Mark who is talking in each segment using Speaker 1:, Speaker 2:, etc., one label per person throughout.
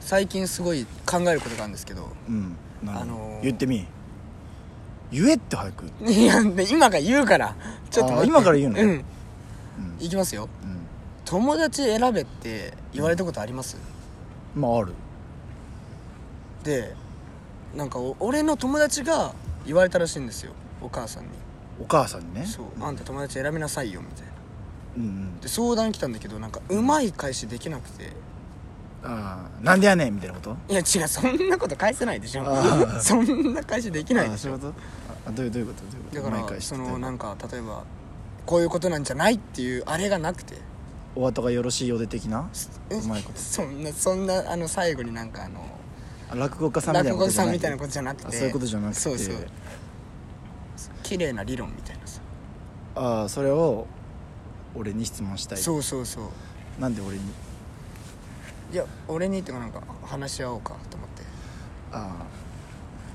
Speaker 1: 最近すごい考えることがあるんですけど
Speaker 2: うんなるほど
Speaker 1: あのー
Speaker 2: 言ってみ言えって早く
Speaker 1: いやで今から言うからちょっと待って
Speaker 2: あー今から言うの
Speaker 1: うん、
Speaker 2: うん
Speaker 1: いきますよ
Speaker 2: うん
Speaker 1: 友達選べって言われたことあります、
Speaker 2: まあある
Speaker 1: でなんかお俺の友達が言われたらしいんですよお母さんに
Speaker 2: お母さんにね
Speaker 1: そう、あんた友達選びなさいよみたいな
Speaker 2: うんうん
Speaker 1: で相談来たんだけどなんかうまい返しできなくて
Speaker 2: ああなんでやねんみたいなこと
Speaker 1: いや違うそんなこと返せないでしょ
Speaker 2: あ
Speaker 1: そんな返しできない
Speaker 2: あ
Speaker 1: で
Speaker 2: あ
Speaker 1: し
Speaker 2: そうい
Speaker 1: ょ
Speaker 2: うことあどういうどういうことどういうこと
Speaker 1: だか
Speaker 2: 毎回
Speaker 1: ら
Speaker 2: 知っ
Speaker 1: そ
Speaker 2: て
Speaker 1: のなんか例えばこういうことなんじゃないっていうあれがなくて
Speaker 2: お後がよろしいようで的な
Speaker 1: え
Speaker 2: うまいこと
Speaker 1: そんなそんなあの最後になんかあの
Speaker 2: あ落語家さんみたいな
Speaker 1: 落
Speaker 2: こ
Speaker 1: 語家
Speaker 2: とじゃ
Speaker 1: さ
Speaker 2: なんい
Speaker 1: みたいなことじゃなく
Speaker 2: あ
Speaker 1: て
Speaker 2: そういうことじゃなくて
Speaker 1: そうそう綺麗な理論みたいなさ
Speaker 2: ああそれを俺に質問したい
Speaker 1: そうそうそう
Speaker 2: なんで俺に
Speaker 1: いや俺にってかなんか話し合おうかと思って
Speaker 2: あ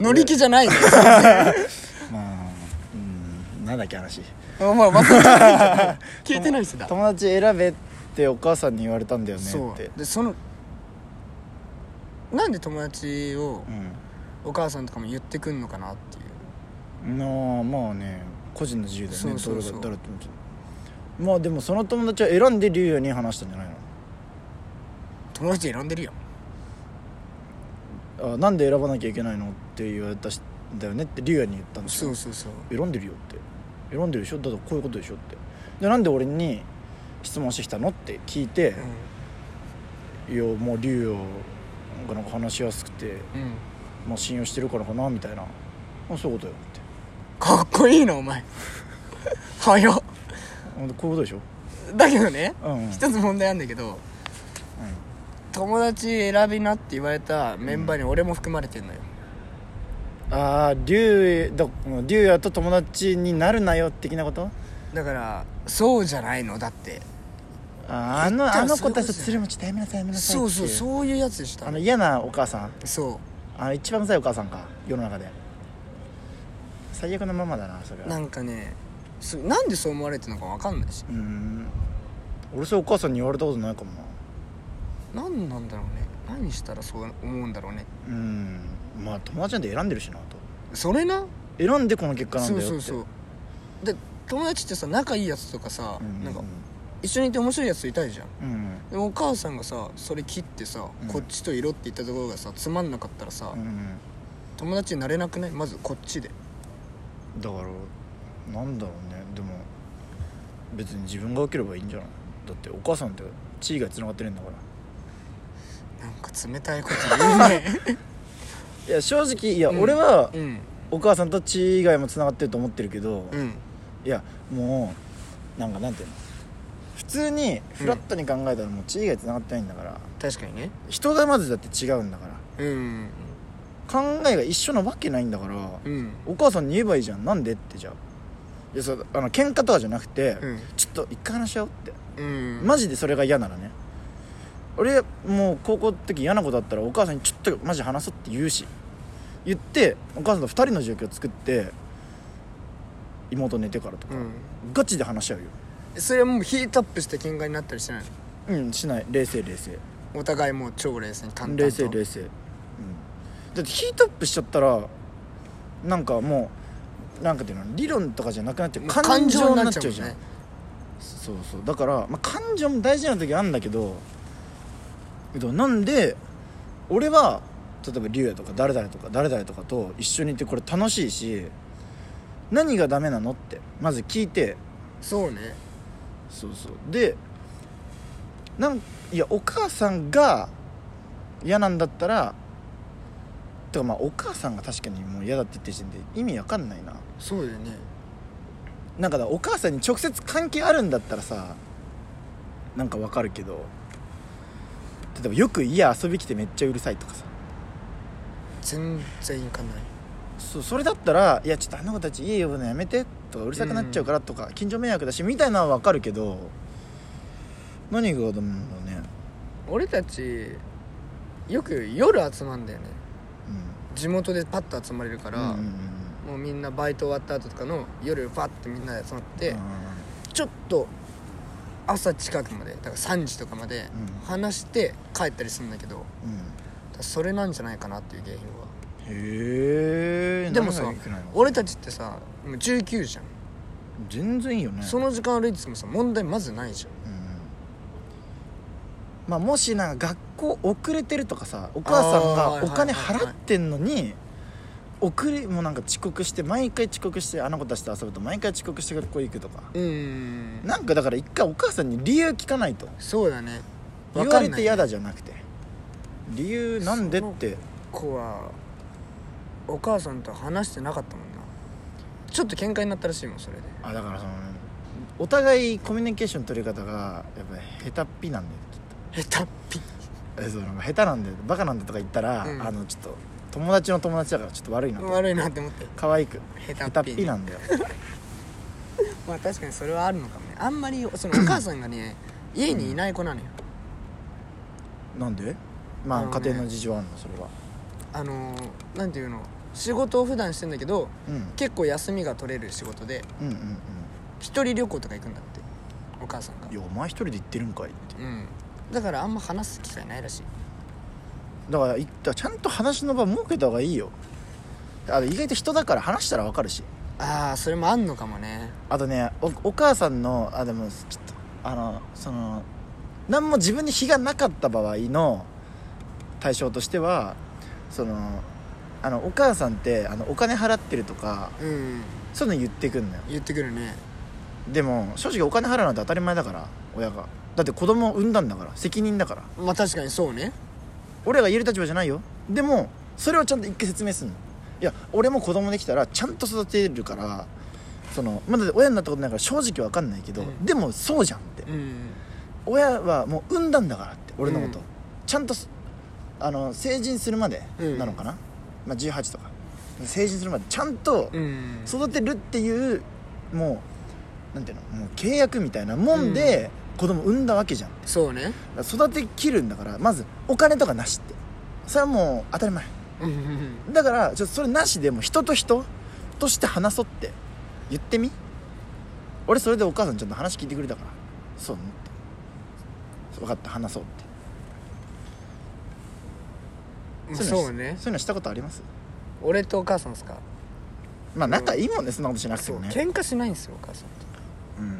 Speaker 1: 乗り気じゃ ないの
Speaker 2: あまあうんなんだっけ話
Speaker 1: お前忘れちゃった聞いてない人だ
Speaker 2: 友達選べってお母さんに言われたんだよね
Speaker 1: そ
Speaker 2: って
Speaker 1: うでそのなんで友達をお母さんとかも言ってくんのかなっていう
Speaker 2: うんなあまあね個人の自由だよね
Speaker 1: そうそうそう
Speaker 2: どれが誰ともまあでもその友達は選んで龍也に話したんじゃない
Speaker 1: 友達選んでるよ
Speaker 2: のあなんで選ばなきゃいけないのって言われたしだよねって龍也に言ったんですよ
Speaker 1: そうそうそう
Speaker 2: 選んでるよって選んでるでしょだからこういうことでしょってでなんで俺に質問してきたのって聞いて「いやもう龍よがなんか話しやすく
Speaker 1: う
Speaker 2: て、
Speaker 1: ん、うん、
Speaker 2: まあ、信用してるからかな」みたいな「あそういうことよ」って
Speaker 1: かっこいいなお前早っ
Speaker 2: 「ほんでこういうことでしょ
Speaker 1: だけどね」
Speaker 2: うんうん、うん、
Speaker 1: 一つ問題あるんだけど友達選びなって言われたメンバーに俺も含まれてんのよ、
Speaker 2: ああ龍也だ龍也と友達になるなよ的なこと
Speaker 1: だからそうじゃないのだって
Speaker 2: あーあの
Speaker 1: 言った
Speaker 2: あ
Speaker 1: ら
Speaker 2: の子たちと
Speaker 1: そういうことじゃない
Speaker 2: つるむちょっとやめなさいやめなさいっ
Speaker 1: そ
Speaker 2: ていう
Speaker 1: そうそういうやつでした
Speaker 2: あの嫌なお母さん
Speaker 1: そ
Speaker 2: あの一番うざいお母さんか世の中で最悪なママだなそれ
Speaker 1: う
Speaker 2: は
Speaker 1: なんかねそなんでそう思われてるのかわかんないし
Speaker 2: うーん俺それお母さんに言われたことないかもな
Speaker 1: 何なんだろうね何したらそう思うんだろうね
Speaker 2: うーんまあ友達なんて選んでるしなと
Speaker 1: それな
Speaker 2: 選んでこの結果なんだ
Speaker 1: そ
Speaker 2: よ
Speaker 1: う
Speaker 2: って
Speaker 1: そうそうで友達ってさ仲いいやつとかさ、
Speaker 2: うん
Speaker 1: なんか一緒にいて面白いやつといたいじゃん
Speaker 2: うん
Speaker 1: でもお母さんがさそれ切ってさ、
Speaker 2: うん
Speaker 1: こっちと色って言ったところがさつまんなかったらさ、
Speaker 2: うん
Speaker 1: 友達になれなくないまずこっちで
Speaker 2: だからなんだろうねでも別に自分が受ければいいんじゃないだってお母さんって地位がつながってるんだから
Speaker 1: なんか冷たいこと言う ね
Speaker 2: いや正直いや、
Speaker 1: うん
Speaker 2: 俺は
Speaker 1: うん
Speaker 2: お母さんと地位以外もつながってると思ってるけど、
Speaker 1: うん
Speaker 2: いやもうなんかなんていうの普通にフラットに考えたらもう地位がつながってないんだから、
Speaker 1: 確かにね
Speaker 2: 人がまずだって違うんだから
Speaker 1: うん
Speaker 2: 考えが一緒なわけないんだから、
Speaker 1: うん
Speaker 2: お母さんに言えばいいじゃんなんでってじゃあいやそうあの喧嘩とかじゃなくて、
Speaker 1: うん
Speaker 2: ちょっと一回話し合おうって、
Speaker 1: うん
Speaker 2: マジでそれが嫌ならね俺もう高校の時嫌なことあったらお母さんにちょっとマジ話そうって言うし言ってお母さんと2人の状況を作って妹寝てからとか、
Speaker 1: うん
Speaker 2: ガチで話し合うよ
Speaker 1: それはもうヒートアップして喧嘩になったりしてないの
Speaker 2: うんしない冷静冷静
Speaker 1: お互いもう超冷静に淡々と
Speaker 2: 冷静冷静、うん、だってヒートアップしちゃったらなんかもうなんかっていうの理論とかじゃなくなっちゃう
Speaker 1: もう感
Speaker 2: 感
Speaker 1: 情
Speaker 2: 情
Speaker 1: に
Speaker 2: に
Speaker 1: な
Speaker 2: な
Speaker 1: っ
Speaker 2: っ
Speaker 1: ち
Speaker 2: ち
Speaker 1: ゃ
Speaker 2: ゃ
Speaker 1: う
Speaker 2: う
Speaker 1: じ
Speaker 2: じ
Speaker 1: ゃ
Speaker 2: ゃ
Speaker 1: ん
Speaker 2: ん、
Speaker 1: ね
Speaker 2: そうそうだから、まあ、感情も大事な時あるんだけどけどなんで俺は例えば龍也とか誰々とか誰々とかと一緒にいてこれ楽しいし何がダメなのってまず聞いて
Speaker 1: そうね
Speaker 2: そうそうでなんいやお母さんが嫌なんだったらてかまあお母さんが確かにもう嫌だって言ってる時点で意味わかんないな
Speaker 1: そうだよね
Speaker 2: なんかだお母さんに直接関係あるんだったらさなんかわかるけど例えばよく家遊び来てめっちゃうるさいとかさ
Speaker 1: 全然いかない
Speaker 2: そうそれだったら「いやちょっとあの子たち家呼ぶのやめて」とか「うるさくなっちゃうから」とか、近所迷惑だしみたいなのはわかるけど何がダメなんだろうね
Speaker 1: 俺たちよく夜集まんだよね
Speaker 2: うん
Speaker 1: 地元でパッと集まれるから、
Speaker 2: うんうんうん
Speaker 1: もうみんなバイト終わった後とかの夜パッてみんなで集まって、
Speaker 2: うん
Speaker 1: ちょっと朝近くまでだから3時とかまで
Speaker 2: うん
Speaker 1: 話して帰ったりするんだけど、
Speaker 2: うん
Speaker 1: それなんじゃないかなっていう原因は
Speaker 2: へえ
Speaker 1: でもさ俺たちってさもう19じゃん、
Speaker 2: 全然いいよね
Speaker 1: その時間歩いててもさ問題まずないじゃん
Speaker 2: うんまあもしなんか学校遅れてるとかさお母さん
Speaker 1: あーはい
Speaker 2: が
Speaker 1: はい
Speaker 2: お金払ってんのに遅れもうなんか遅刻して毎回遅刻してあの子たちと遊ぶと毎回遅刻して学校行くとか
Speaker 1: うーん
Speaker 2: なんかだから一回お母さんに理由聞かないと
Speaker 1: そうだね
Speaker 2: 言われて嫌
Speaker 1: だ
Speaker 2: だじゃなくて理由なんでって
Speaker 1: 子はお母さんと話してなかったもんなちょっと喧嘩になったらしいもんそれで
Speaker 2: あだからそのお互いコミュニケーション取り方がやっぱり下手っぴなんだよきっと
Speaker 1: 下手っぴ
Speaker 2: えそうなんか下手なんでバカなんでとか言ったら、
Speaker 1: うん
Speaker 2: あのちょっと友達の友達だからちょっと悪いなと
Speaker 1: 悪いなって思って
Speaker 2: 可愛く
Speaker 1: 下手
Speaker 2: 下
Speaker 1: っ
Speaker 2: 手
Speaker 1: ぴ
Speaker 2: っぴな んだよ
Speaker 1: まあ確かにそれはあるのかもねあんまりそのお母さんが ね家にいない子なのよ、
Speaker 2: なんでまあ
Speaker 1: あのね
Speaker 2: 家庭の事情あるのそれは
Speaker 1: あのーなんていうの仕事を普段してんだけど
Speaker 2: うん
Speaker 1: 結構休みが取れる仕事で
Speaker 2: うんうん
Speaker 1: 一人旅行とか行くんだってお母さんが
Speaker 2: うんいやお前一人で行ってるんかいって
Speaker 1: うんだからあんま話す機会ないらしい
Speaker 2: だからいだからちゃんと話の場設けた方がいいよあの意外と人だから話したら分かるし
Speaker 1: ああそれもあんのかもね
Speaker 2: あとねおお母さんのあでもちょっとあのその何も自分に非がなかった場合の対象としてはそのあのお母さんってあのお金払ってるとか
Speaker 1: うん
Speaker 2: そういうの言ってくんのよ
Speaker 1: 言ってくるね
Speaker 2: でも正直お金払うなんて当たり前だから親がだって子供を産んだんだから責任だから
Speaker 1: まあ確かにそうね
Speaker 2: 俺らが言える立場じゃないよでもそれをちゃんと一回説明するのいや俺も子供できたらちゃんと育てるからそのまだ親になったことないから正直わかんないけど、
Speaker 1: うん
Speaker 2: でもそうじゃんって
Speaker 1: うん
Speaker 2: 親はもう産んだんだからって俺のこと、
Speaker 1: うん
Speaker 2: ちゃんとすあの成人するまで
Speaker 1: うん
Speaker 2: なのかな、まあ、18とか成人するまでちゃんと
Speaker 1: うん
Speaker 2: 育てるっていうもうなんていうのもう契約みたいなもんで子供産んだわけじゃん
Speaker 1: そうね
Speaker 2: だから育てきるんだからまずお金とかなしってそれはもう当たり前
Speaker 1: うんうんうん
Speaker 2: だからちょっとそれなしでも人と人として話そうって言ってみ俺それでお母さんちゃんと話聞いてくれたからそうねって分かった話そうって
Speaker 1: まあ
Speaker 2: いの
Speaker 1: そうね
Speaker 2: そういうのしたことあります
Speaker 1: 俺とお母さんですか
Speaker 2: まあ仲いいもんねそんなことしなくて
Speaker 1: そう
Speaker 2: もね
Speaker 1: 喧嘩しないんですよお母さんと
Speaker 2: うん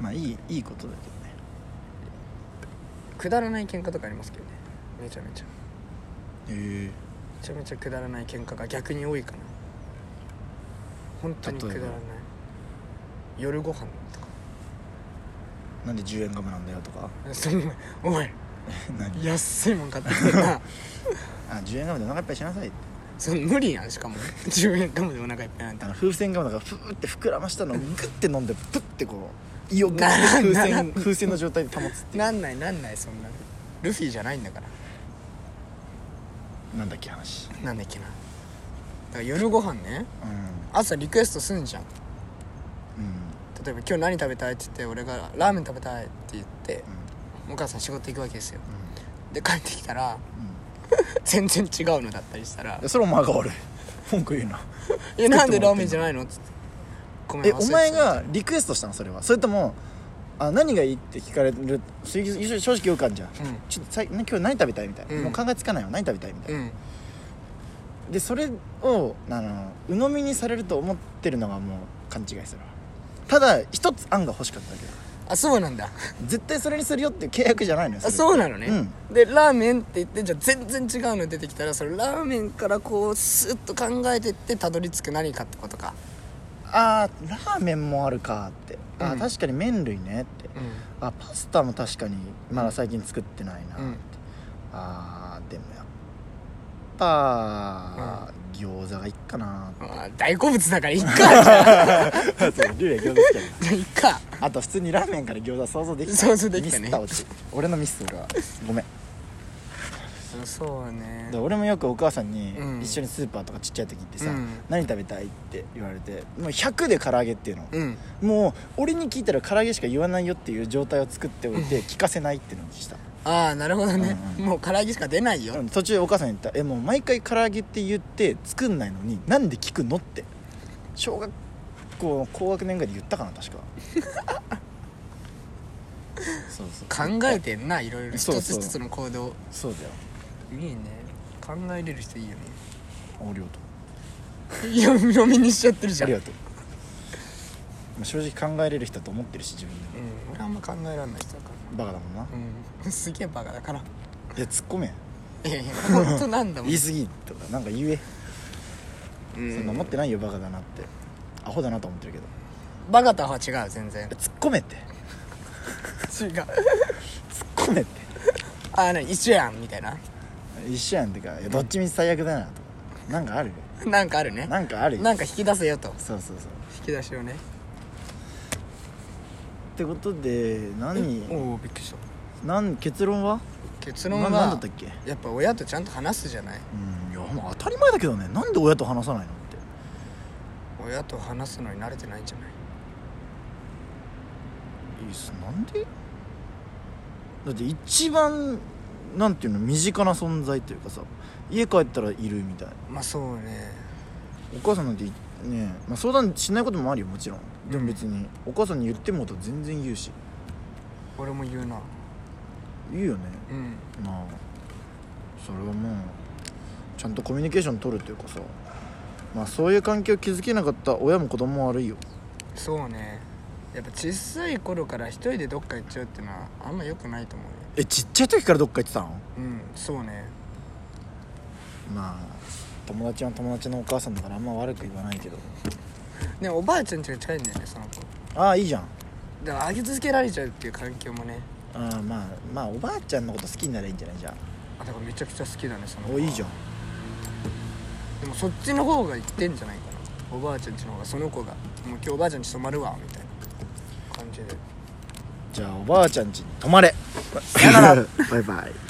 Speaker 2: まあいいいいことだけどね
Speaker 1: くだらない喧嘩とかありますけどねめちゃめちゃ
Speaker 2: へえ
Speaker 1: めちゃめちゃくだらない喧嘩が逆に多いかな本当にくだらない
Speaker 2: 例えば
Speaker 1: 夜ご飯とか
Speaker 2: なんで10円ガムなんだよとか
Speaker 1: そんなお前
Speaker 2: 何
Speaker 1: 安いもん買ってきて な
Speaker 2: あ10円ガムでお腹いっぱいしなさいって
Speaker 1: その無理やんしかも10円かもでお腹いっぱいなんて
Speaker 2: あの風船ガムだからふーって膨らましたのをグッて飲んでプッてこう意をグッて
Speaker 1: ならん
Speaker 2: 風
Speaker 1: なら
Speaker 2: 船
Speaker 1: ん
Speaker 2: 風船の状態で保つっていう
Speaker 1: なんないなんないそんなルフィじゃないんだから
Speaker 2: なんだっけ話
Speaker 1: なんだっけなだから夜ご飯ね
Speaker 2: う
Speaker 1: 朝リクエストすんじゃん
Speaker 2: んうん
Speaker 1: 例えば「今日何食べたい?」って言って俺が「ラーメン食べたい」って言ってお母さん仕事行くわけですよで帰ってきたら全然違うのだったりしたら
Speaker 2: うんそれお前が悪い 文句言うな
Speaker 1: 「えなんでラーメンじゃないの?」っつって「ごめん
Speaker 2: え
Speaker 1: 忘れ
Speaker 2: お
Speaker 1: てた
Speaker 2: 前がリクエストしたのそれはそれともあ何がいいって聞かれる正直正直よくあるじゃん
Speaker 1: うん
Speaker 2: ちょっとさい今日何食べたいみたいな、
Speaker 1: うん
Speaker 2: もう考えつかないよ何食べたいみたいな、
Speaker 1: うん
Speaker 2: でそれをあの鵜呑みにされると思ってるのがもう勘違いするわただ一つ案が欲しかっただけだ
Speaker 1: あそうなんだ
Speaker 2: 絶対それにするよっていう契約じゃないのよ
Speaker 1: あそう
Speaker 2: う
Speaker 1: なのね、でラーメンって言ってじゃあ全然違うの出てきたらそのラーメンからこうスッと考えてってたどり着く何かってことか
Speaker 2: あーラーメンもあるかってあー、
Speaker 1: うん
Speaker 2: 確かに麺類ねって
Speaker 1: う
Speaker 2: あパスタも確かにまだ最近作ってないな、
Speaker 1: ん、うん、
Speaker 2: あーでもやっぱ、餃子がいいかな
Speaker 1: あ大好物だからいっか じゃあ
Speaker 2: そう ルーレ餃子好きやな
Speaker 1: じゃあいっか
Speaker 2: あと普通にラーメンから餃子想像できた
Speaker 1: 想像できたね
Speaker 2: ミスったオチ俺のミス俺はごめん
Speaker 1: そうね
Speaker 2: で俺もよくお母さんに
Speaker 1: うん
Speaker 2: 一緒にスーパーとかちっちゃい時行ってさ、
Speaker 1: うん
Speaker 2: 何食べたいって言われてもう100で唐揚げっていうの、
Speaker 1: うん
Speaker 2: もう俺に聞いたら唐揚げしか言わないよっていう状態を作っておいて聞かせないっていうのにした、
Speaker 1: ああなるほどね、
Speaker 2: うん
Speaker 1: もう唐揚げしか出ないよ、
Speaker 2: うん途中お母さんに言った「えもう毎回唐揚げって言って作んないのになんで聞くの?」って小学校の高学年ぐらいで言ったかな確か そうそう
Speaker 1: 考えてんないろいろ
Speaker 2: そうそう
Speaker 1: 一つ一つの行動
Speaker 2: そうだよ
Speaker 1: いいね考えれる人 いいよね
Speaker 2: ありがとう
Speaker 1: 読み読みにしちゃってるじ
Speaker 2: あ
Speaker 1: ゃん
Speaker 2: り
Speaker 1: う
Speaker 2: が
Speaker 1: ん
Speaker 2: とう、まあ、正直考えれる人だと思ってるし自分でも
Speaker 1: 俺あんま考えられない人だか
Speaker 2: バカだもんな
Speaker 1: らうんすげえバカだから
Speaker 2: いや突っ込め
Speaker 1: いやいや本当なんだもん
Speaker 2: 言い過ぎとかなんか言え、
Speaker 1: うん
Speaker 2: そんな思ってないよバカだなってアホだなと思ってるけど
Speaker 1: バカとは違う全然
Speaker 2: え突っ込めって
Speaker 1: 違う
Speaker 2: 突っ込めって
Speaker 1: あなに一緒やんみたいな
Speaker 2: 一緒やんってかいやどっちみち最悪だなとかなんかある
Speaker 1: なんかあるね
Speaker 2: なんかある
Speaker 1: なんか引き出せよと
Speaker 2: そうそうそうっ
Speaker 1: 引き出しをね
Speaker 2: てことで何
Speaker 1: おおびっくりした
Speaker 2: 何結論は
Speaker 1: 結論は
Speaker 2: な何だったっけ
Speaker 1: やっぱ親とちゃんと話すじゃない
Speaker 2: うんいやもう当たり前だけどねなんで親と話さないのって
Speaker 1: 親と話すのに慣れてないんじゃない
Speaker 2: いいっすなんでだって一番なんていうの身近な存在というかさ家帰ったらいるみたいな
Speaker 1: まあそうね
Speaker 2: お母さんなんていねえ、まあ、相談しないこともあるよもちろんでも別にお母さんに言ってもと全然言うし
Speaker 1: 俺も言うな
Speaker 2: 言うよね
Speaker 1: うん
Speaker 2: まあそれはもうちゃんとコミュニケーション取るというかさまあそういう関係を築けなかった親も子供も悪いよ
Speaker 1: そうねやっぱ小さい頃から一人でどっか行っちゃうってのはあんま良くないと思うよ
Speaker 2: えちっちゃい時からどっか行ってたの
Speaker 1: うんそうね
Speaker 2: まあ友達は友達のお母さんだからあんま悪く言わないけど
Speaker 1: ねおばあちゃんちが近いんだよねその子
Speaker 2: ああいいじゃん
Speaker 1: だからあげ続けられちゃうっていう環境もね
Speaker 2: ああまあまあおばあちゃんのこと好きになればいいんじゃないじゃ
Speaker 1: あだからめちゃくちゃ好きだねその
Speaker 2: あ
Speaker 1: 子
Speaker 2: お
Speaker 1: はい
Speaker 2: いじゃん
Speaker 1: でもそっちの方が行ってんじゃないかなおばあちゃんちの方がその子が「もう今日おばあちゃんち泊まるわ」みたいな感じで
Speaker 2: じゃあおばあちゃんちに泊まれ
Speaker 1: よなら
Speaker 2: バイバイ